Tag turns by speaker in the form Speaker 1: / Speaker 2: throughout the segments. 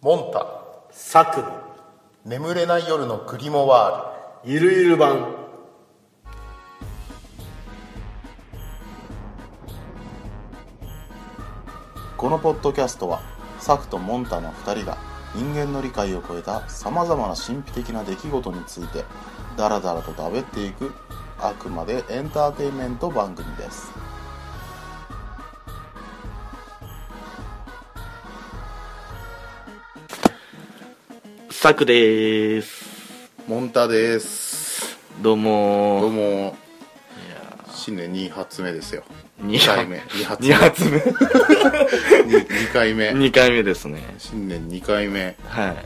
Speaker 1: モンタ
Speaker 2: 佐久
Speaker 1: 眠れない夜のクリモワ
Speaker 2: ゆるゆる版
Speaker 3: このポッドキャストはサクとモンタの2人が人間の理解を超えたさまざまな神秘的な出来事についてダラダラとだべっていくあくまでエンターテインメント番組です
Speaker 4: サクです
Speaker 3: モンタです
Speaker 4: どう
Speaker 3: どう
Speaker 4: も
Speaker 3: も新年2発目ですよ
Speaker 4: 2
Speaker 3: 2回目2発
Speaker 4: 2
Speaker 3: 目
Speaker 4: 発目
Speaker 3: 2, 回目
Speaker 4: 2回目ですね
Speaker 3: 新年2回目
Speaker 4: はい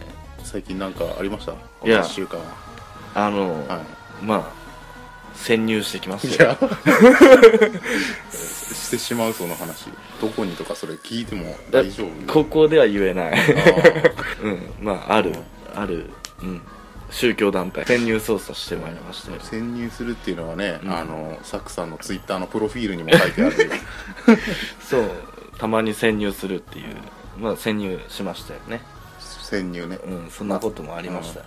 Speaker 3: 最近なんかありましたこ
Speaker 4: いや
Speaker 3: の1週間は
Speaker 4: あの、
Speaker 3: は
Speaker 4: まあ潜入してきま
Speaker 3: い
Speaker 4: し
Speaker 3: い
Speaker 4: たよ
Speaker 3: やしてしまうその話どこにとかそれ聞いても大丈夫
Speaker 4: ここでは言えない
Speaker 3: あ ー
Speaker 4: うんまああるあるうん宗教団体潜入捜査してまいりましたよ
Speaker 3: 潜入するっていうのはね、
Speaker 4: うん
Speaker 3: あのサクさんのツイッターのプロフィールにも書いてあ る
Speaker 4: そうたまに潜入するっていうまあ潜入しましたよね
Speaker 3: 潜入ね、
Speaker 4: うんそんなこともありました、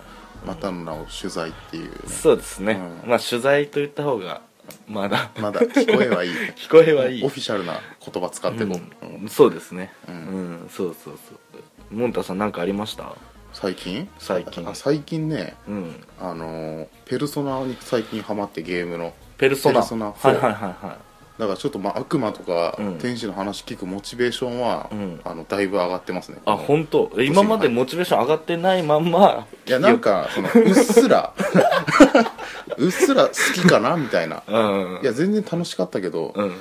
Speaker 3: またの名を取材っていうね、
Speaker 4: そうですね、
Speaker 3: うん
Speaker 4: まあ取材と言った方がまだ
Speaker 3: まだ聞こえはいい
Speaker 4: 聞こえはいい
Speaker 3: オフィシャルな言葉使っても、
Speaker 4: うん
Speaker 3: うん
Speaker 4: そうですね
Speaker 3: う
Speaker 4: うんん、そうそうそうモンタさん何かありました
Speaker 3: 最近
Speaker 4: 最近
Speaker 3: あ最近ね
Speaker 4: うん
Speaker 3: あのーペルソナに最近ハマってゲームの
Speaker 4: ペルソナ
Speaker 3: ペルソナ
Speaker 4: はいはいはいは
Speaker 3: だからちょっと、まあ、悪魔とか、
Speaker 4: うん
Speaker 3: 天使の話聞くモチベーションは、
Speaker 4: うん
Speaker 3: あのだいぶ上がってますね
Speaker 4: いあ本当今までモチベーション上がってないまんま
Speaker 3: いやなんかそのうっす らうっすら好きかなみたいな
Speaker 4: うん
Speaker 3: いや全然楽しかったけど、
Speaker 4: うん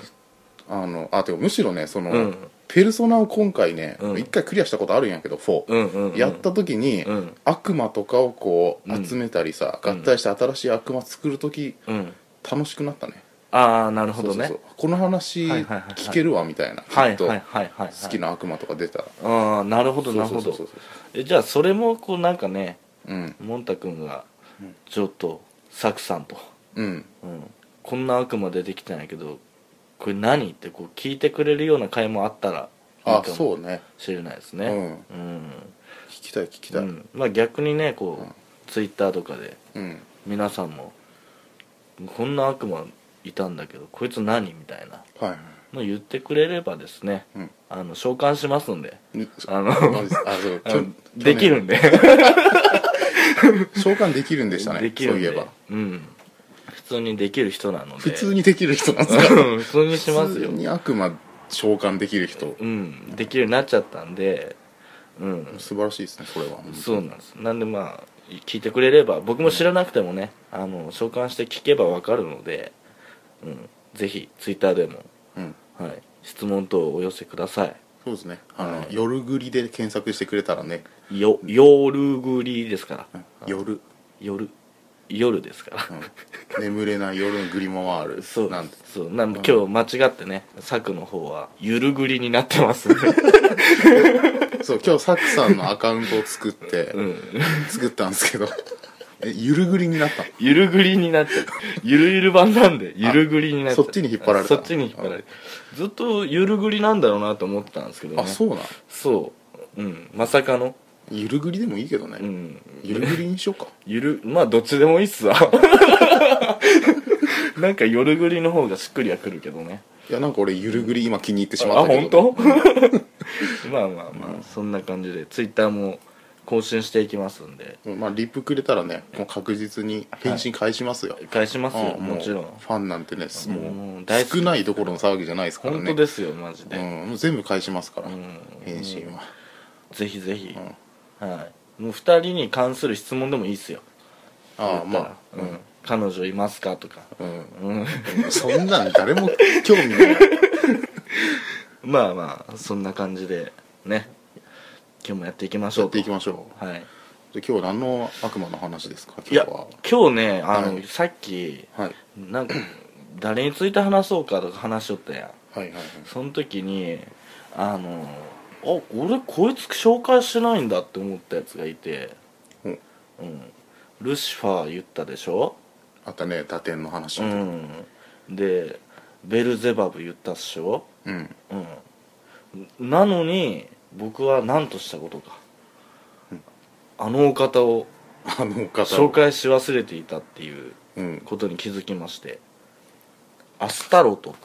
Speaker 3: あのあてかむしろねその、
Speaker 4: うん
Speaker 3: ペルソナを今回ね一、
Speaker 4: うん
Speaker 3: 回クリアしたことあるんやけど4、
Speaker 4: うんうんうん
Speaker 3: やった時に、
Speaker 4: うん
Speaker 3: 悪魔とかをこ
Speaker 4: う
Speaker 3: うん集めたりさ、合体して新しい悪魔作る時
Speaker 4: うん
Speaker 3: 楽しくなったね
Speaker 4: ああなるほどね
Speaker 3: そうそうそうこの話
Speaker 4: はいはいはいはい
Speaker 3: 聞けるわみたいな、
Speaker 4: はい
Speaker 3: きっと
Speaker 4: はいはいはい
Speaker 3: 好きな悪魔とか出たら、
Speaker 4: ああなるほどなる
Speaker 3: そ
Speaker 4: ほ
Speaker 3: うそうそ
Speaker 4: ど
Speaker 3: うそう
Speaker 4: えじゃあそれもこうなんかね
Speaker 3: うん
Speaker 4: モンタ君がちょっとサクさんと、
Speaker 3: うん
Speaker 4: うん、こんな悪魔出てきたんやけどこれ何ってこう聞いてくれるような回もあったらいい
Speaker 3: あ
Speaker 4: かも
Speaker 3: そうね
Speaker 4: しれないですねうん、
Speaker 3: 聞きたい聞き
Speaker 4: う
Speaker 3: たい、うん
Speaker 4: んまあ逆にねこう、
Speaker 3: うん
Speaker 4: ツイッターとかで皆さんもこんな悪魔いたんだけどこいつ何みたいな
Speaker 3: はいはい
Speaker 4: の言ってくれればですね、
Speaker 3: うん
Speaker 4: あの召喚しますんで
Speaker 3: ね
Speaker 4: あの
Speaker 3: マジあ そう
Speaker 4: あ
Speaker 3: きょ
Speaker 4: のできるんで
Speaker 3: 召喚できるんでしたね
Speaker 4: できるん
Speaker 3: そうい
Speaker 4: で
Speaker 3: えば
Speaker 4: うん普通にできる人なので
Speaker 3: 普通にできる人なんですか
Speaker 4: うん 普通にします
Speaker 3: 普
Speaker 4: よ
Speaker 3: 通に悪魔召喚できる人
Speaker 4: うんできるようになっちゃったんでうん
Speaker 3: 素晴らしいですねそれは
Speaker 4: そうなんですなんでまあ聞いてくれれば僕も知らなくてもね、あの召喚して聞けばわかるので、うん、ぜひツイッターでも、
Speaker 3: うん
Speaker 4: はい、質問等をお寄せくださ
Speaker 3: そうですねあの、
Speaker 4: はい
Speaker 3: 夜ぐりで検索してくれたらね
Speaker 4: いよ夜ぐりですから、
Speaker 3: 夜、
Speaker 4: 夜夜ですから、
Speaker 3: うん、眠れない夜のグリモワール
Speaker 4: そう
Speaker 3: なんで
Speaker 4: そうなん今日間違ってね作の方はゆるぐりになってますんで
Speaker 3: そう今日サクさんのアカウントを作 って、作ったんですけどえゆるぐりになったの
Speaker 4: ゆるぐりになってるゆるゆる版なんでゆるぐりになっちゃう
Speaker 3: そっちに引っ張られた
Speaker 4: そっちに引っ張られたずっとゆるぐりなんだろうなと思ってたんですけど、ね、
Speaker 3: あそうなん
Speaker 4: そううんまさかの
Speaker 3: ゆるぐりでもいいけどね、
Speaker 4: うん
Speaker 3: ゆるぐりにしようか
Speaker 4: ゆるまあどっちでもいいっ すわなんか夜ぐりの方がしっくりはくるけどね
Speaker 3: いやなんか俺ゆるぐり今気に入ってしま
Speaker 4: あ
Speaker 3: ったけ
Speaker 4: 本
Speaker 3: ど
Speaker 4: 当 まあまあまあ、そんな感じでツイッターも更新していきますんで
Speaker 3: うんまあリップくれたらねもう確実に返信返しますよ、
Speaker 4: 返しますよ
Speaker 3: うん
Speaker 4: もちろん
Speaker 3: うファンなんてねすも
Speaker 4: も
Speaker 3: う
Speaker 4: う大好き
Speaker 3: 少ないどころの騒ぎじゃないですからね
Speaker 4: 本当ですよマジで、
Speaker 3: うん、もう全部返しますから、
Speaker 4: ん
Speaker 3: 返信は、
Speaker 4: ぜひぜひ、はいもう2人に関する質問でもいいっすよ
Speaker 3: ああ
Speaker 4: 言ったら
Speaker 3: まあ
Speaker 4: うん、彼女いますかとか
Speaker 3: うん、
Speaker 4: うん
Speaker 3: そんなん誰も興味ない
Speaker 4: まあまあそんな感じでね今日もやっていきましょう
Speaker 3: やっていきましょ
Speaker 4: うはい、
Speaker 3: うで今日何の悪魔の話ですか
Speaker 4: いや
Speaker 3: 今日は
Speaker 4: 今日ねあの、
Speaker 3: はい
Speaker 4: さっき
Speaker 3: はい
Speaker 4: なんか誰について話そうかとか話しとったやん
Speaker 3: はいはいはい
Speaker 4: その時にあのあ俺こいつ紹介してないんだって思ったやつがいて
Speaker 3: う
Speaker 4: うんん、ルシファー言ったでしょ
Speaker 3: あとね打点の話
Speaker 4: う
Speaker 3: うん、
Speaker 4: んでベルゼバブ言ったっしょうんなのに僕は何としたことかあのお方を
Speaker 3: あのお方
Speaker 4: 紹
Speaker 3: を
Speaker 4: 介し忘れていたっていう
Speaker 3: うん
Speaker 4: ことに気づきましてアスタロト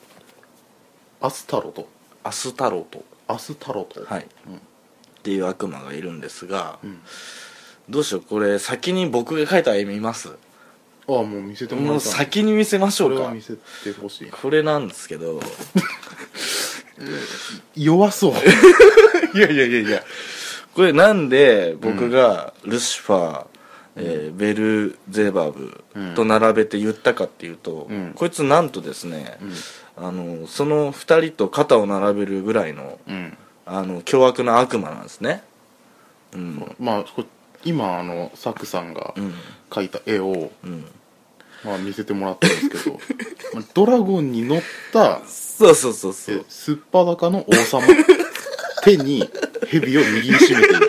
Speaker 3: アスタロト
Speaker 4: アスタロト
Speaker 3: アスタロト
Speaker 4: はい、
Speaker 3: うん
Speaker 4: っていう悪魔がいるんですが、
Speaker 3: うん
Speaker 4: どうしようこれ先に僕が描いた絵見ます
Speaker 3: ああもう見せても
Speaker 4: も
Speaker 3: ら
Speaker 4: う
Speaker 3: った
Speaker 4: 先に見せまし
Speaker 3: こ
Speaker 4: ょ
Speaker 3: れ
Speaker 4: う
Speaker 3: は
Speaker 4: か
Speaker 3: 見せてほしい
Speaker 4: これなんですけど
Speaker 3: 弱そう
Speaker 4: いやいやいやいやこれなんで僕がルシファー、えーベルゼバブと並べて言ったかっていうと、
Speaker 3: うん
Speaker 4: こいつなんとですね、あのその2人と肩を並べるぐらいの
Speaker 3: うん
Speaker 4: あの凶悪な悪魔なんですねうん
Speaker 3: まあこ今あのサクさんが
Speaker 4: うん
Speaker 3: 描いた絵を、
Speaker 4: うん
Speaker 3: まあ、見せてもらったんですけど まあドラゴンに乗った
Speaker 4: そうそうそうそ
Speaker 3: え
Speaker 4: う
Speaker 3: すっぱだかの王様手に蛇を握りしめている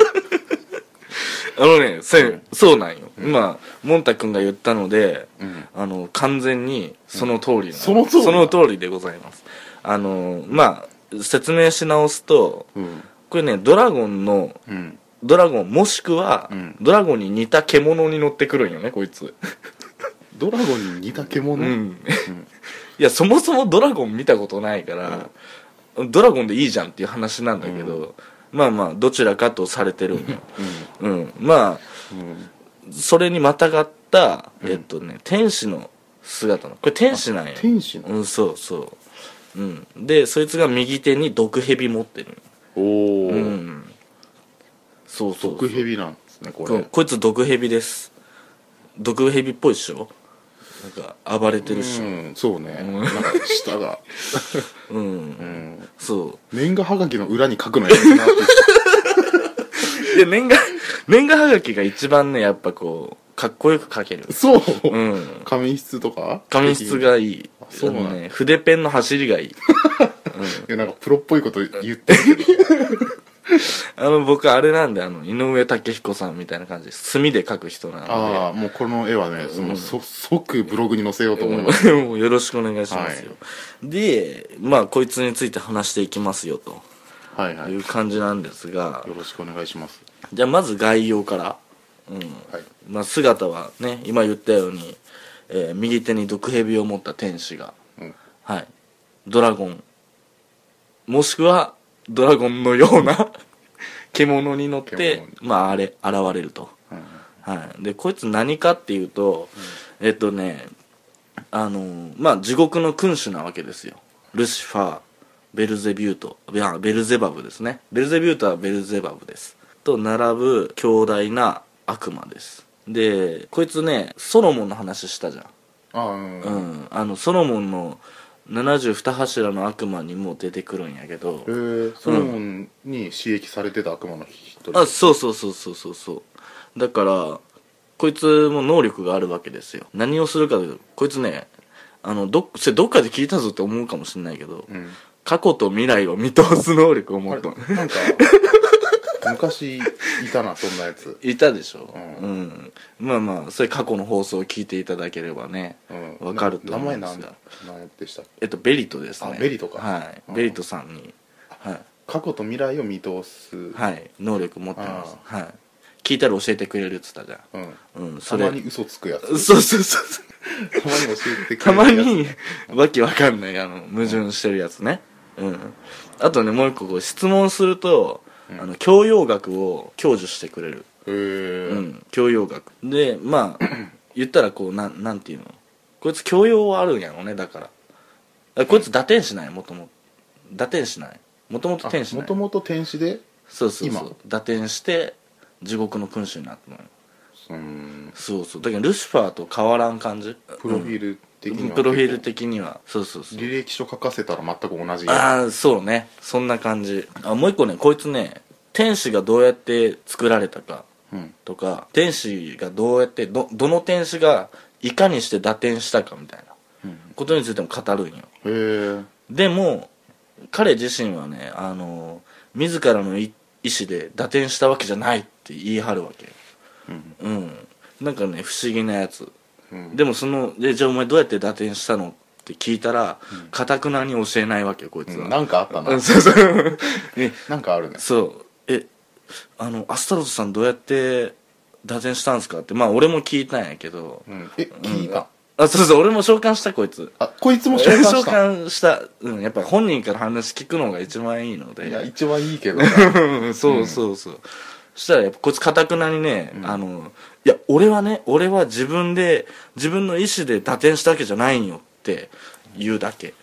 Speaker 4: あのねせんそうなんよ、今モンタ君が言ったので、
Speaker 3: うん
Speaker 4: あの完全にその通りな、
Speaker 3: その通り
Speaker 4: その通りでございますあのまあ説明し直すと
Speaker 3: うん
Speaker 4: これねドラゴンの
Speaker 3: うん
Speaker 4: ドラゴンもしくは、
Speaker 3: うん
Speaker 4: ドラゴンに似た獣に乗ってくるんよねこいつ
Speaker 3: ドラゴンに似た
Speaker 4: う
Speaker 3: 獣、
Speaker 4: ん いやそもそもドラゴン見たことないから、ドラゴンでいいじゃんっていう話なんだけど、まあまあどちらかとされてるんよ、うん、まあ
Speaker 3: うん
Speaker 4: それにまたがった、えっとね天使の姿のこれ天使なんよ
Speaker 3: 天使の
Speaker 4: うんそうそう、うん、でそいつが右手に毒蛇持ってる
Speaker 3: おお、
Speaker 4: うんそうそうそう
Speaker 3: 毒蛇なんですねこれ、
Speaker 4: うんこいつ毒蛇です毒蛇っぽいっしょなんか暴れてるっしょ
Speaker 3: うんそうね、なんか舌が
Speaker 4: うん、
Speaker 3: うん
Speaker 4: そ
Speaker 3: 年賀はがきの裏に書くのやめてなって
Speaker 4: うで 年賀年賀はがきが一番ねやっぱこうかっこよく描け る
Speaker 3: そう、
Speaker 4: うん
Speaker 3: 仮眠室とか
Speaker 4: 紙質がいい
Speaker 3: あそうなんだ
Speaker 4: あのね筆ペンの走りがいい
Speaker 3: いやなんかプロっぽいこと言ってるけど
Speaker 4: あの僕あれなんであの井上武彦さんみたいな感じで墨で描く人なの
Speaker 3: ああもうこの絵はねそのそ即ブログに載せようと
Speaker 4: で
Speaker 3: 思います、
Speaker 4: もう もうよろしくお願いしますよ、
Speaker 3: は
Speaker 4: でまあこいつについて話していきますよと
Speaker 3: はいはい
Speaker 4: い
Speaker 3: よ
Speaker 4: う感じなんですが
Speaker 3: ろしくお願いします
Speaker 4: じゃあまず概要から、うん
Speaker 3: はい
Speaker 4: まあ、姿はね今言ったように、えー右手に毒蛇を持った天使が、
Speaker 3: うん
Speaker 4: はいドラゴンもしくはドラゴンのような獣に乗って
Speaker 3: 獣に
Speaker 4: まああれ現れると、
Speaker 3: うん
Speaker 4: はい、でこいつ何かっていうと、えっとねあのーまあ地獄の君主なわけですよルシファーベルゼビュートいやベルゼバブですねベルゼビュートはベルゼバブですと並ぶ強大な悪魔ですでこいつねソロモンの話したじゃん
Speaker 3: あうん
Speaker 4: う、んあのソロモンの72柱の悪魔にも出てくるんやけど
Speaker 3: えー、ソロモンに刺激されてた悪魔の一人、
Speaker 4: あそうそうそうそうそうそうだからこいつも能力があるわけですよ何をするかというとこいつねあのどっそれどっかで聞いたぞって思うかもしれないけど、
Speaker 3: うん
Speaker 4: 過去と未来を見通す能力を持
Speaker 3: あ
Speaker 4: っ
Speaker 3: れ
Speaker 4: と
Speaker 3: なん か昔いたなそんなやつ
Speaker 4: いたでしょ
Speaker 3: うん
Speaker 4: ん、まあまあそれ過去の放送を聞いていただければね
Speaker 3: うん
Speaker 4: わ、かると
Speaker 3: な
Speaker 4: 思
Speaker 3: 名前
Speaker 4: うんで
Speaker 3: な
Speaker 4: す
Speaker 3: んだ
Speaker 4: が
Speaker 3: 何でしたっけ
Speaker 4: えっとベリトですね
Speaker 3: あベリトか
Speaker 4: はい、
Speaker 3: うん
Speaker 4: ベリトさんに、はい
Speaker 3: 過去と未来を見通す、
Speaker 4: はい、能力持ってますはい聞いたら教えてくれるっつったじゃ
Speaker 3: うん、
Speaker 4: ん、うん、
Speaker 3: た
Speaker 4: それ
Speaker 3: まに嘘つくやつ
Speaker 4: そうそうそうそう
Speaker 3: たまに教えてくれるやつ
Speaker 4: たまに、わけわかんない、あの、矛盾してるやつね。うん。あとね、もう一個、こう質問すると、あの、教養学を享受してくれる。
Speaker 3: えー
Speaker 4: うん、教養学。で、ま あ、言ったらこう、なん、なんていうのこいつ教養はあるんやろね、だから。あこいつ打天使ない、もともと。打天使ない。もともと天使な
Speaker 3: も
Speaker 4: い
Speaker 3: と。もと天使で
Speaker 4: そうそうそ
Speaker 3: 今
Speaker 4: う。打天して、地獄の君主になったのよ。
Speaker 3: うん
Speaker 4: そうそう。だけど、ルシファーと変わらん感じ。
Speaker 3: プロフィール的には、
Speaker 4: プロフィール的には。そうそうそう。
Speaker 3: 履歴書書かせたら全く同じ
Speaker 4: ああそうねそんな感じあもう一個ねこいつね天使がどうやって作られたか
Speaker 3: うん
Speaker 4: とか天使がどうやってどどの天使がいかにして打点したかみたいなことについても語るんよ
Speaker 3: へえ
Speaker 4: でも彼自身はねあの自らの意意思で打点したわけじゃないって言い張るわけ
Speaker 3: うん
Speaker 4: うんなんかね不思議なやつ
Speaker 3: うん
Speaker 4: でもそのでじゃあお前どうやって打点したのって聞いたらかた、くなに教えないわけよこいつは、
Speaker 3: なんかあった
Speaker 4: う
Speaker 3: なん
Speaker 4: そうそうね
Speaker 3: なんかあるね
Speaker 4: そうえあのアスタロズさんどうやって打禅したんすかってまあ俺も聞いたんやけど、
Speaker 3: うん、え聞いた、
Speaker 4: うんあそうそう俺も召喚したこいつ
Speaker 3: あこいつも
Speaker 4: 召
Speaker 3: 召喚
Speaker 4: 喚
Speaker 3: した
Speaker 4: したうん、やっぱ本人から話聞くのが一番いいので
Speaker 3: いや一番いいけど
Speaker 4: うんそうそうそう、したらやっぱこいつかたくなにね、あのいや俺はね俺は自分で自分の意思で打点したわけじゃないんよって言うだけ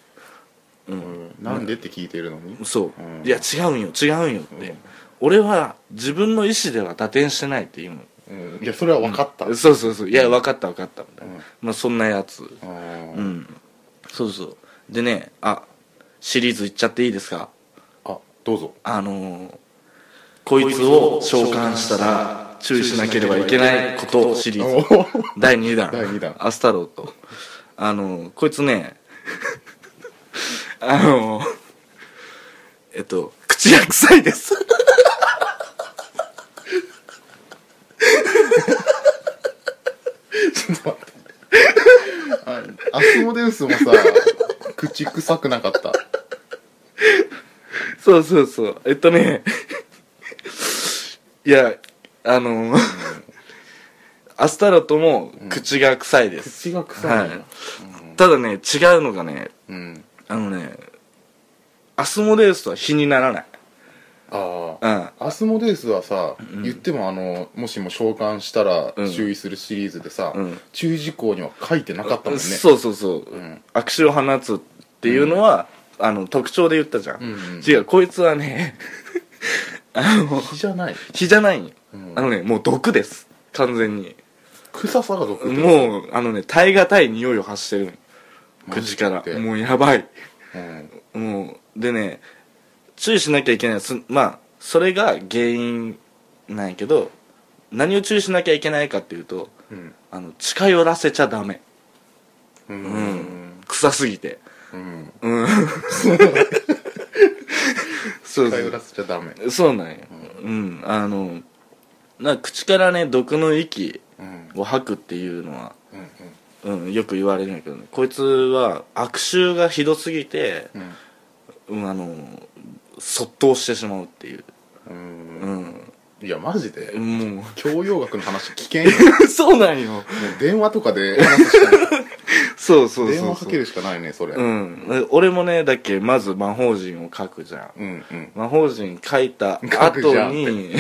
Speaker 3: なんでって聞いてるのに
Speaker 4: そう、
Speaker 3: うん
Speaker 4: いや違うんよ違うんよって、俺は自分の意思では打点してないって言うの
Speaker 3: うんいやそれは分かった、
Speaker 4: そうそうそういや分かった分かったみたいな、
Speaker 3: うん
Speaker 4: まあそんなやつ
Speaker 3: あー
Speaker 4: うんそうそうでねあシリーズいっちゃっていいですか
Speaker 3: あどうぞ
Speaker 4: あのーこいつを召喚したら注意しなければいけないことシリーズ
Speaker 3: おー
Speaker 4: 第2弾
Speaker 3: 第二弾
Speaker 4: アスタローとあのーこいつね あのーえっと口が臭いです
Speaker 3: あアスモデウスもさ 口臭くなかった
Speaker 4: そうそうそうえっとね いやあのーアスタロトも口が臭いです、
Speaker 3: 口が臭い
Speaker 4: はい、ただね違うのがね
Speaker 3: うん
Speaker 4: あのねアスモデウスとは比にならない
Speaker 3: ああ
Speaker 4: うん
Speaker 3: アスモデウスはさ、言ってもあのもしも召喚したら
Speaker 4: うん
Speaker 3: 注意するシリーズでさ、
Speaker 4: うん
Speaker 3: 注意事項には書いてなかったもんね
Speaker 4: そうそうそう、
Speaker 3: ん
Speaker 4: 握手を放つっていうのは、あの特徴で言ったじゃん、
Speaker 3: うんうん
Speaker 4: 違うこいつはね あの
Speaker 3: じゃない
Speaker 4: 比じゃないんよ、
Speaker 3: ん
Speaker 4: あのねもう毒です完全に
Speaker 3: 臭さが毒って
Speaker 4: もうあのね耐え難い匂いを発してるん
Speaker 3: マジ
Speaker 4: 口
Speaker 3: で
Speaker 4: からもうやばい
Speaker 3: うん
Speaker 4: もうでね注意しなきゃいけないすまあそれが原因なんやけど何を注意しなきゃいけないかっていうと
Speaker 3: うん
Speaker 4: あの近寄らせちゃダメ
Speaker 3: う
Speaker 4: うん
Speaker 3: ん
Speaker 4: 臭すぎて
Speaker 3: うん
Speaker 4: うんそう
Speaker 3: 頼
Speaker 4: そ
Speaker 3: らせちゃダメ
Speaker 4: うそうなんやうん、あのな口からね毒の息
Speaker 3: うん
Speaker 4: を吐くっていうのは、
Speaker 3: うん
Speaker 4: うん、よく言われるんやけどねこいつは悪臭がひどすぎて、
Speaker 3: うんうん
Speaker 4: うん、あのそっとしてしまうっていう
Speaker 3: うん
Speaker 4: うん
Speaker 3: いやマジで
Speaker 4: も
Speaker 3: 教養学の話危険よ
Speaker 4: う そうなんよ
Speaker 3: もう電話とか で話すしかない
Speaker 4: そうそうそうそう
Speaker 3: 電話かけるしかないねそれ
Speaker 4: うん俺もねだっけまず魔法陣を書くじゃん
Speaker 3: うんうん
Speaker 4: 魔法陣書いた
Speaker 3: 書くじゃ
Speaker 4: 後
Speaker 3: ん
Speaker 4: に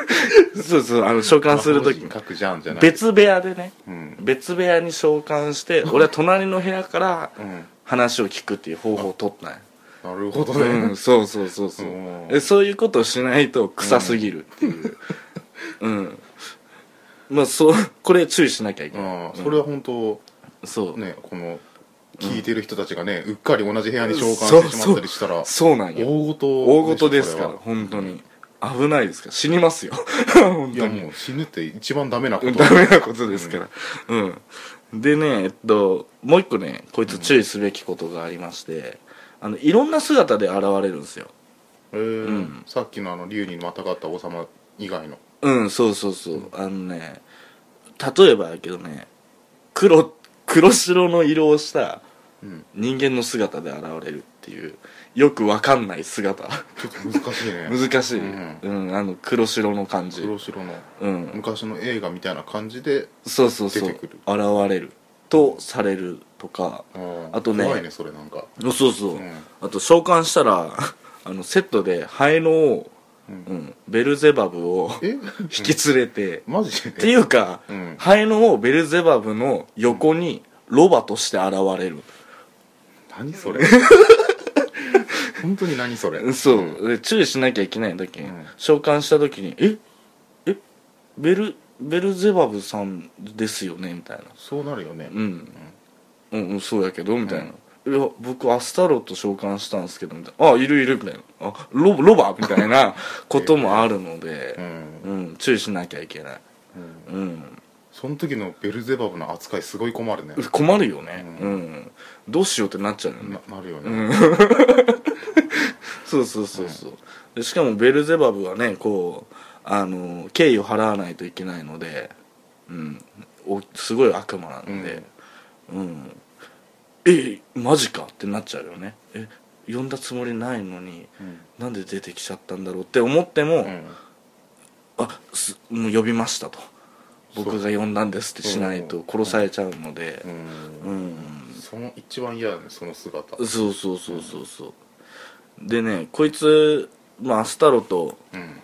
Speaker 4: そうそうあの召喚するとき
Speaker 3: 書くじゃんじゃない
Speaker 4: 別部屋でね
Speaker 3: うん
Speaker 4: 別部屋に召 喚して俺は隣の部屋から
Speaker 3: うん
Speaker 4: 話を聞くっていう方法を取ったんや
Speaker 3: なるほどね、
Speaker 4: うん、そうそうそうそう
Speaker 3: うん
Speaker 4: えそういうことをしないと臭すぎるっていううん、まあそうこれ注意しなきゃいけない、
Speaker 3: ああそれは本当
Speaker 4: そう、
Speaker 3: ねこの聞いてる人たちがね、うっかり同じ部屋に召喚してしまったりしたら
Speaker 4: そうなんよ
Speaker 3: 大事
Speaker 4: 大事ですから
Speaker 3: それは
Speaker 4: 本当に危ないですから死にま すよ本
Speaker 3: い
Speaker 4: 当
Speaker 3: や
Speaker 4: に
Speaker 3: もう死ぬって一番ダメなこ
Speaker 4: う
Speaker 3: と
Speaker 4: ん ダメなことですからうん、でねえっともう一個ねこいつ注意すべきことがありまして、あのいろんな姿で現れるんですよ
Speaker 3: えーさっきのあの竜にまたがった王様以外の
Speaker 4: うんそうそうそうあのね例えばやけどね黒黒白の色をした
Speaker 3: うん
Speaker 4: 人間の姿で現れるっていうよくわかんな い姿
Speaker 3: ちょっと難しいね
Speaker 4: 難しい、
Speaker 3: うん
Speaker 4: うん、あの黒白の感じ
Speaker 3: 黒白の
Speaker 4: うん
Speaker 3: 昔の映画みたいな感じで
Speaker 4: そうそうそう
Speaker 3: 出てくる
Speaker 4: 現れるとされるとか
Speaker 3: あ
Speaker 4: あとね
Speaker 3: 怖いねそれなんか
Speaker 4: そうそう、
Speaker 3: うん
Speaker 4: あと召喚したら あのセットでハエの王、
Speaker 3: うん
Speaker 4: うんベルゼバブを
Speaker 3: え
Speaker 4: 引き連れて、っ
Speaker 3: マジ
Speaker 4: て
Speaker 3: で
Speaker 4: いうか、
Speaker 3: うん
Speaker 4: ハエの王ベルゼバブの横にロバとして現れる、
Speaker 3: 何それ本当に何それ
Speaker 4: そうで注意しなきゃいけないんだけ、
Speaker 3: ん
Speaker 4: 召喚した時に「ええベルベルゼバブさんですよね」みたいな
Speaker 3: そうなるよね
Speaker 4: うん、うんうんそうやけどみたいな、いや僕アスタロット召喚したんですけどみたいなあいるいるみたいなあロロバみたいなこともあるの
Speaker 3: う
Speaker 4: で、
Speaker 3: ん
Speaker 4: うん、注意しなきゃいけない、うん、
Speaker 3: その時のベルゼバブの扱いすごい困るね
Speaker 4: 困るよね、う
Speaker 3: うん
Speaker 4: どうしようってなっちゃうよね、
Speaker 3: ななるよ
Speaker 4: う
Speaker 3: ね
Speaker 4: んそうそうそうそう、でしかもベルゼバブはねこうあの敬意を払わないといけないので、うん、おすごい悪魔なんで、うんえマジかってなっちゃうよねえ呼んだつもりないのに
Speaker 3: うん
Speaker 4: なんで出てきちゃったんだろうって思っても、
Speaker 3: うん
Speaker 4: あすもう呼びましたと僕が呼んだんですってしないと殺されちゃうので
Speaker 3: う、んその一番嫌だねその姿
Speaker 4: そうそうそうそうそうでねこいつ、まあ、アスタロと
Speaker 3: うん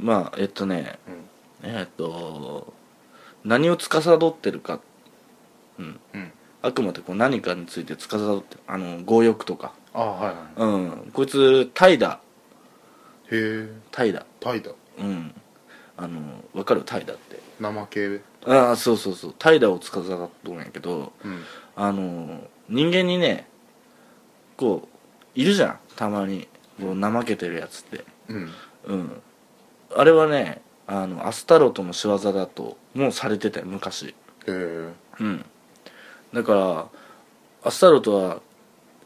Speaker 4: まあえっとね、えっと何を司ってるか
Speaker 3: うん
Speaker 4: あくまでこう何かについて司ってあの強欲とか
Speaker 3: あはいは
Speaker 4: うんこいつ怠惰
Speaker 3: いへえ
Speaker 4: 怠惰
Speaker 3: タイだ
Speaker 4: うんあの分かる怠惰って
Speaker 3: 怠けうん
Speaker 4: ああそうそうそう怠惰を司っとるんやけどあの人間にねこういるじゃんたまにこう怠けてるやつって
Speaker 3: うん
Speaker 4: うんあれはねあのアスタロトの仕業だともうされてたよ昔
Speaker 3: へえ
Speaker 4: うんだからアスタロトは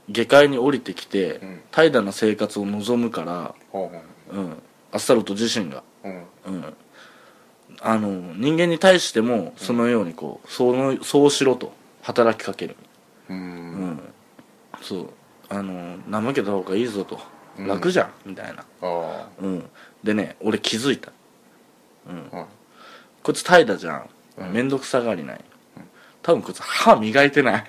Speaker 4: 下界に降りてきて、
Speaker 3: ん
Speaker 4: 怠惰な生活を望むから、
Speaker 3: は
Speaker 4: うん、アスタロト自身が、
Speaker 3: あうん
Speaker 4: うん、あの人間に対してもそのようにこう、そのそうしろと働きかける
Speaker 3: う
Speaker 4: うんん、そうあの怠けた方がいいぞと
Speaker 3: うん
Speaker 4: 楽じゃん、みたいな、
Speaker 3: ああ
Speaker 4: うん、でね俺気づいた
Speaker 3: は
Speaker 4: こいつ怠惰じゃん
Speaker 3: うん
Speaker 4: 面倒くさがりない、多分こいつ歯磨いてない
Speaker 3: い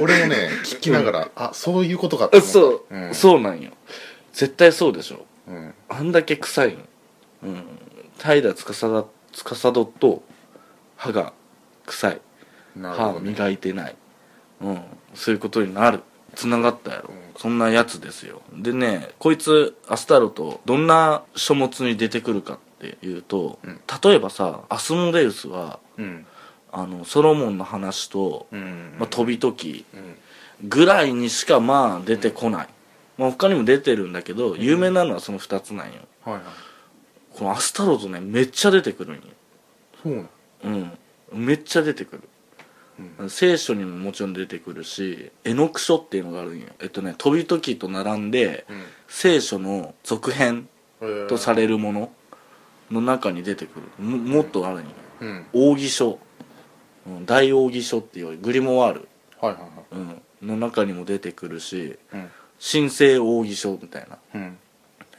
Speaker 3: 俺もね聞きながらあそういうことかって
Speaker 4: え
Speaker 3: 思った
Speaker 4: そう、
Speaker 3: うん
Speaker 4: そうなんよ絶対そうでしょ
Speaker 3: うん
Speaker 4: あんだけ臭いのうん怠惰つかさだつかさどっと歯が臭い
Speaker 3: なるほ
Speaker 4: 歯
Speaker 3: どね
Speaker 4: 磨いてない、うん、そういうことになるつながったやろ、
Speaker 3: うん
Speaker 4: そんなやつですよでねこいつアスタロとどんな書物に出てくるかっていうと、
Speaker 3: ん
Speaker 4: 例えばさアスモデウスは
Speaker 3: うん
Speaker 4: あのソロモンの話と、
Speaker 3: うん
Speaker 4: まあ、飛び時
Speaker 3: うん
Speaker 4: ぐらいにしかまあ出てこない、まあ、他にも出てるんだけど有名なのはその2つなんよ
Speaker 3: はいはい
Speaker 4: このアスタロとねめっちゃ出てくるんよ
Speaker 3: そうな
Speaker 4: うんめっちゃ出てくる、聖書にももちろん出てくるし絵の具書っていうのがあるんよえっとね「飛び時」と並んで、
Speaker 3: ん
Speaker 4: 聖書の続編
Speaker 3: の
Speaker 4: とされるものの中に出てくるももっとあるんよ
Speaker 3: うん
Speaker 4: 扇書、うん、大扇書っていうグリモワール、
Speaker 3: はいはいは
Speaker 4: うん、の中にも出てくるし
Speaker 3: いうん
Speaker 4: 神聖扇書みたいな
Speaker 3: うん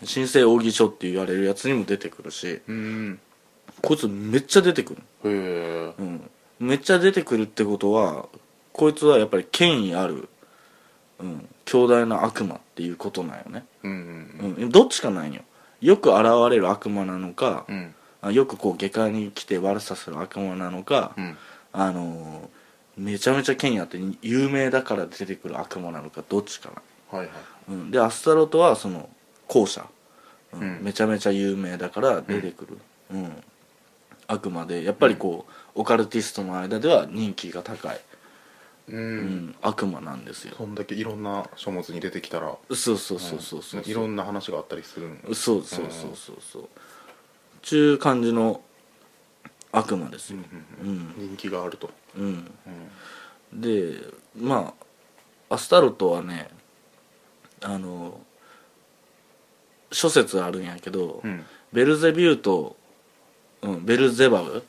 Speaker 4: 神聖扇書って言われるやつにも出てくるし
Speaker 3: うん
Speaker 4: こいつめっちゃ出てくる
Speaker 3: へえ
Speaker 4: うん、めっちゃ出てくるってことはこいつはやっぱり権威ある、うん、強大な悪魔っていうことなんよね、
Speaker 3: うん
Speaker 4: うん、どっちかなんよよく現れる悪魔なのか
Speaker 3: う、ん
Speaker 4: あよくこう下界に来て悪さする悪魔なのか、
Speaker 3: うん
Speaker 4: あのーめちゃめちゃ権威あって有名だから出てくる悪魔なのかどっちか
Speaker 3: はいはい
Speaker 4: な、うん、でアスタロトはその後者、うん
Speaker 3: うん
Speaker 4: めちゃめちゃ有名だから出てくる、うん悪魔でやっぱりこう、オカルティストの間では人気が高い、
Speaker 3: う
Speaker 4: うんん、悪魔なんですよ
Speaker 3: そんだけいろんな書物に出てきたら
Speaker 4: そうそうそうそうそう
Speaker 3: いろんな話があったりするん
Speaker 4: そうそうそうそうそうちゅう感じの悪魔ですようん
Speaker 3: 人気があると
Speaker 4: うん、でまあアスタロトはねあの諸説あるんやけど、
Speaker 3: うん
Speaker 4: ベルゼビューと、うん、ベルゼバブ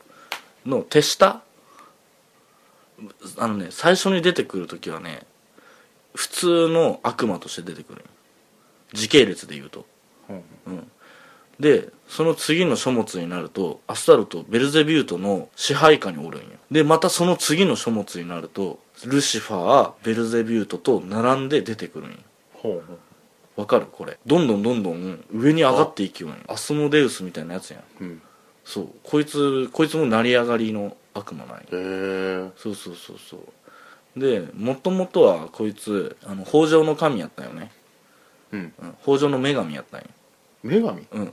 Speaker 4: の手下あのね最初に出てくる時はね普通の悪魔として出てくるんよ時系列で言うと
Speaker 3: うん
Speaker 4: でその次の書物になるとアスタロとベルゼビュートの支配下におるんよでまたその次の書物になるとルシファーベルゼビュートと並んで出てくるんよ
Speaker 3: ほうほう
Speaker 4: わかるこれどんどんどんどん上に上がっていきよんよアスモデウスみたいなやつや
Speaker 3: う
Speaker 4: ん
Speaker 3: ん
Speaker 4: そうこいつこいつも成り上がりの悪魔なんよ
Speaker 3: へえ
Speaker 4: そうそうそうそうでもともとはこいつあの北条の神やったよね、
Speaker 3: うん
Speaker 4: うん、北条の女神やったんよ
Speaker 3: 女神
Speaker 4: うん、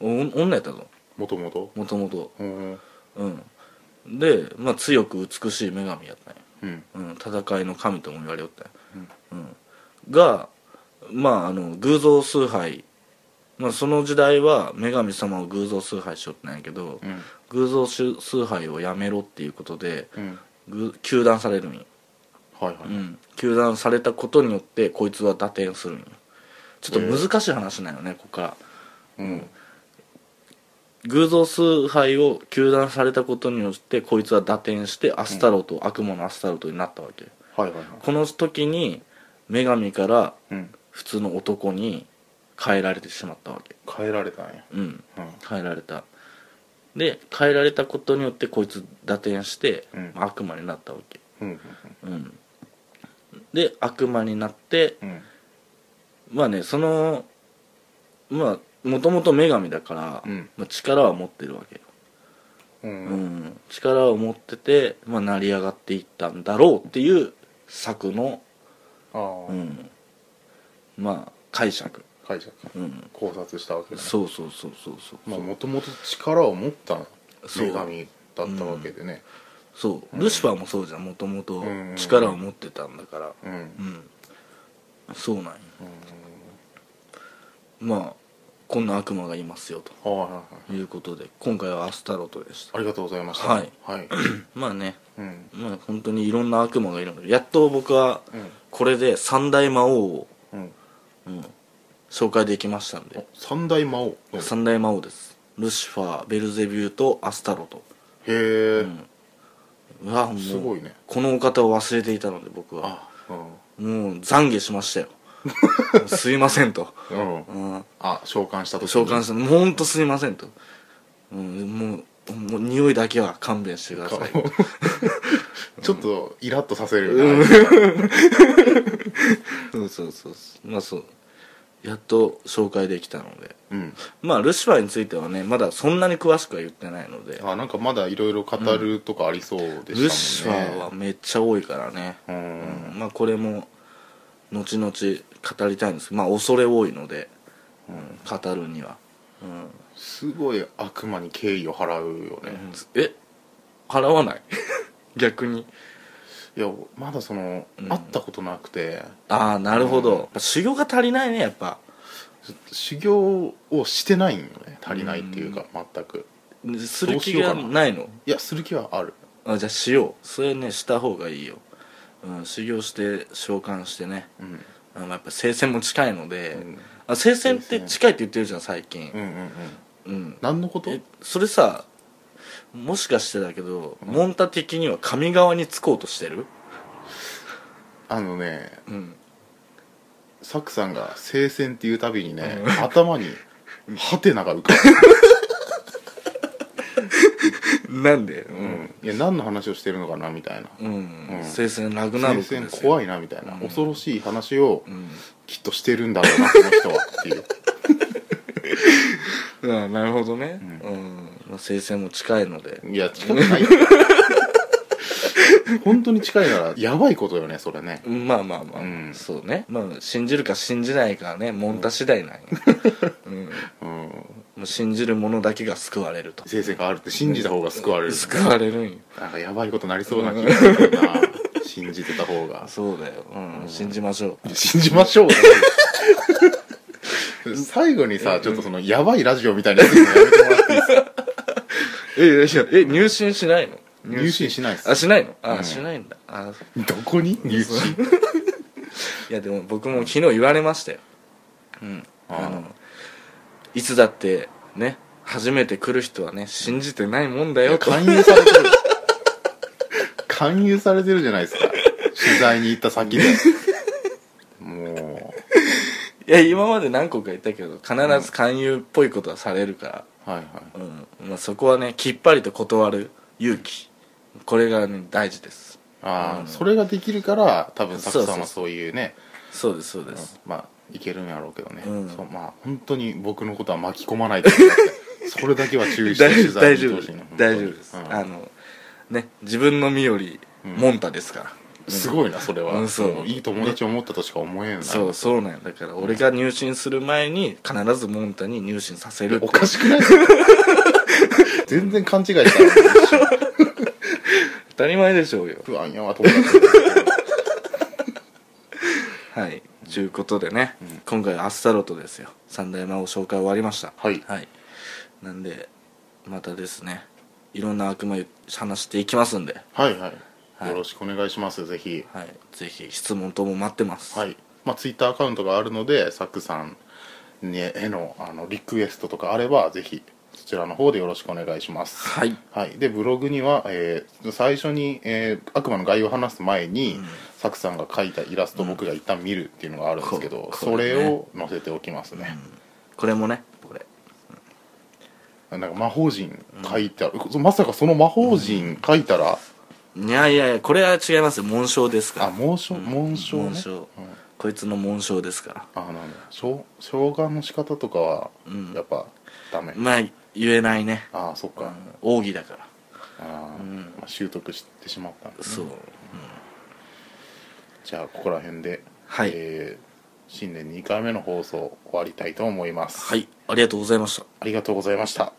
Speaker 3: うん
Speaker 4: お女やったぞ
Speaker 3: もともと
Speaker 4: もともと
Speaker 3: うん
Speaker 4: うん、で、まあ、強く美しい女神やったんや、
Speaker 3: うん
Speaker 4: うん、戦いの神とも言われよったんや、うんが、まあ、あの偶像崇拝、まあ、その時代は女神様を偶像崇拝しよったんやけど、
Speaker 3: うん
Speaker 4: 偶像崇崇拝をやめろっていうことで
Speaker 3: うん
Speaker 4: ぐ糾弾されるんよ、
Speaker 3: はいは
Speaker 4: う
Speaker 3: い
Speaker 4: ん、糾弾されたことによってこいつは打点するんよちょっと難しい話なんよね、ここから
Speaker 3: うん
Speaker 4: 偶像崇拝を糾弾されたことによってこいつは打点してアスタロト、悪魔のアスタロトになったわけ
Speaker 3: はいはいはい
Speaker 4: この時に女神から
Speaker 3: うん
Speaker 4: 普通の男に変えられてしまったわけ
Speaker 3: 変えられたんや
Speaker 4: うん
Speaker 3: うん
Speaker 4: 変えられたで変えられたことによってこいつ打点して、
Speaker 3: うん
Speaker 4: 悪魔になったわけ、
Speaker 3: うん
Speaker 4: うん、で悪魔になって
Speaker 3: うん
Speaker 4: まあねそのまあもともと女神だから、
Speaker 3: うん
Speaker 4: まあ、力は持ってるわけよ、
Speaker 3: う
Speaker 4: うんん
Speaker 3: うん
Speaker 4: 力を持ってて、まあ、成り上がっていったんだろうっていう作の、
Speaker 3: ああ、
Speaker 4: うん、まあ解釈、
Speaker 3: 解釈
Speaker 4: うん、
Speaker 3: 考察したわけだね
Speaker 4: そうそうそうそうそう、
Speaker 3: まあもともと力を持った
Speaker 4: そう
Speaker 3: 女神だったわけでね
Speaker 4: そうルシファーもそうじゃんもともと
Speaker 3: うん
Speaker 4: 力を持ってたんだから
Speaker 3: うん
Speaker 4: うんそうなんよまあこんな悪魔がいますよと
Speaker 3: はいはいはい
Speaker 4: いうことで今回はアスタロトでした
Speaker 3: ありがとうございました
Speaker 4: はい
Speaker 3: はい、
Speaker 4: まあね
Speaker 3: うん
Speaker 4: まあ本当にいろんな悪魔がいるのでやっと僕は
Speaker 3: うん
Speaker 4: これで三大魔王を、
Speaker 3: うん
Speaker 4: うん、紹介できましたん
Speaker 3: お
Speaker 4: で
Speaker 3: 三大魔王へ
Speaker 4: 三大魔王ですルシファーベルゼビューとアスタロト
Speaker 3: え、
Speaker 4: うわもう
Speaker 3: すごいね
Speaker 4: このお方を忘れていたので僕は
Speaker 3: あうん
Speaker 4: もう懺悔しま したよすいませんと、
Speaker 3: うん
Speaker 4: うん、
Speaker 3: あ召喚したと
Speaker 4: 召喚したほんとすいませんと、うん、もうもう匂いだけは勘弁してください
Speaker 3: ちょっとイラッとさせるよね、
Speaker 4: そうそうそうそうまあそうやっと紹介できたので
Speaker 3: うん、
Speaker 4: まあルシファーについてはねまだそんなに詳しくは言ってないので、
Speaker 3: あなんかまだいろいろ語るとかありそうで
Speaker 4: ル
Speaker 3: し
Speaker 4: シ
Speaker 3: た
Speaker 4: フ
Speaker 3: もん
Speaker 4: ァ
Speaker 3: ね、
Speaker 4: ーはめっちゃ多いからね、
Speaker 3: う
Speaker 4: うんんまあこれも後々語りたいんですけどまあ恐れ多いので、うん、語るには、うん、
Speaker 3: すごい悪魔に敬意を払うよね、
Speaker 4: え払わない 逆に
Speaker 3: いやまだその、
Speaker 4: ん
Speaker 3: 会ったことなくて
Speaker 4: ああなるほど、やっぱ修行が足りないねやっぱ
Speaker 3: 修行をしてないんよね足りないっていうか、全く
Speaker 4: する気がないの
Speaker 3: いやする気はある
Speaker 4: あじゃあしようそれねした方がいいよ、うん、修行して召喚してね
Speaker 3: うん
Speaker 4: あのやっぱ聖戦も近いので、
Speaker 3: うん
Speaker 4: あ聖戦って近いって言ってるじゃん最近
Speaker 3: うんうんうん
Speaker 4: うん、
Speaker 3: 何のこと
Speaker 4: えそれさもしかしてだけど、モンタ的には神側につこうとしてる
Speaker 3: あのね
Speaker 4: うん
Speaker 3: サクさんが「聖戦」っていうたびにね、頭に「ハテナ」が浮かぶ
Speaker 4: なんでう、
Speaker 3: うんんいや何の話をしてるのかなみたいな
Speaker 4: うん
Speaker 3: うん
Speaker 4: 聖戦ラグナロ
Speaker 3: 戦
Speaker 4: ク
Speaker 3: 線
Speaker 4: ですよ
Speaker 3: 怖いなみたいな、
Speaker 4: うん
Speaker 3: 恐ろしい話を
Speaker 4: うん
Speaker 3: きっとしてるんだろうなこの人はっていう
Speaker 4: うん、なるほどね、うんまあ、聖戦も近いので、
Speaker 3: いや近くないよ本当に近いならやばいことよねそれね
Speaker 4: まあまあまあ、
Speaker 3: うん
Speaker 4: そうね、まあ、信じるか信じないかはねモンタ次第なんや、うん、
Speaker 3: うん
Speaker 4: もう信じる者だけが救われると
Speaker 3: 聖戦があるって信じた方が救われる
Speaker 4: 救われるんよ
Speaker 3: なんかやばいことなりそうな気がするな信じてた方が
Speaker 4: そうだよ、うん信じましょ
Speaker 3: 信じましょうね最後にさちょっとそのやばいラジオみたいなやつやめてもらっていいですか
Speaker 4: うえいやいやえ入信しないの
Speaker 3: 入信しないっす
Speaker 4: あしないのあ、
Speaker 3: うん
Speaker 4: しないんだあ
Speaker 3: どこに入信
Speaker 4: いやでも僕も昨日言われましたようん
Speaker 3: あ
Speaker 4: あ
Speaker 3: ー
Speaker 4: のいつだってね初めて来る人はね信じてないもんだよと
Speaker 3: 勧誘されてる勧誘されてるじゃないですか取材に行った先でも
Speaker 4: いや今まで何個か言ったけど必ず勧誘っぽいことはされるから、
Speaker 3: うはいはい
Speaker 4: うんまあ、そこはねきっぱりと断る勇気これがね大事です
Speaker 3: ああ、
Speaker 4: うん
Speaker 3: それができるから多分サク
Speaker 4: そう
Speaker 3: さ
Speaker 4: そ
Speaker 3: ん
Speaker 4: うそ
Speaker 3: は
Speaker 4: う
Speaker 3: そういうね
Speaker 4: そうですそうです、
Speaker 3: まあいけるんやろうけどね、
Speaker 4: うん
Speaker 3: そうまあ本当に僕のことは巻き込まないでく ださいそれだけは注意して
Speaker 4: 大
Speaker 3: 取
Speaker 4: 丈夫大
Speaker 3: 材に行
Speaker 4: 丈
Speaker 3: ってほしいな
Speaker 4: 夫大丈夫です、
Speaker 3: 本当にうん
Speaker 4: あのね自分の身よりモンタですから、
Speaker 3: すごいなそれは、
Speaker 4: うんそう
Speaker 3: もいい友達を持ったとしか思えない
Speaker 4: そうそうなんやだから俺が入信する前に必ずモンタに入信させるって
Speaker 3: おかし くない全然勘違いした
Speaker 4: 当たり前でしょうよ
Speaker 3: 不安やわ友達
Speaker 4: はいということでね、今回はアスタロトですよ三大魔王紹介終わりました
Speaker 3: はい
Speaker 4: なんでまたですねいろんな悪魔話していきますんで、
Speaker 3: はいはい、
Speaker 4: はい
Speaker 3: よろしくお願いしますぜひ
Speaker 4: はい、ぜひ質問等も待ってます
Speaker 3: はいまあツイッターアカウントがあるのでサクさんにへのあのリクエストとかあればぜひそちらの方でよろしくお願いします
Speaker 4: はい
Speaker 3: はい、でブログには、えー最初に、えー悪魔の概要を話す前に、サクさんが描いたイラストを僕が一旦見るっていうのがあるんですけど、
Speaker 4: ここ
Speaker 3: そ
Speaker 4: れね
Speaker 3: れを載せておきますね、
Speaker 4: これもねこれ、うん
Speaker 3: なんか魔法陣書いてある、まさかその魔法陣書いたら、
Speaker 4: いやいやいやこれは違いますよ紋章ですから
Speaker 3: あ紋章紋章ね
Speaker 4: 紋章、こいつの紋章ですから
Speaker 3: あなんだ召喚の仕方とかはやっぱダメ、
Speaker 4: まあ言えないね
Speaker 3: ああそっか、
Speaker 4: 奥義だから
Speaker 3: あーまあ習得してしまったんですね
Speaker 4: そう、
Speaker 3: じゃあここら辺で、
Speaker 4: はい
Speaker 3: えー新年2回目の放送終わりたいと思います、
Speaker 4: はいありがとうございました
Speaker 3: ありがとうございました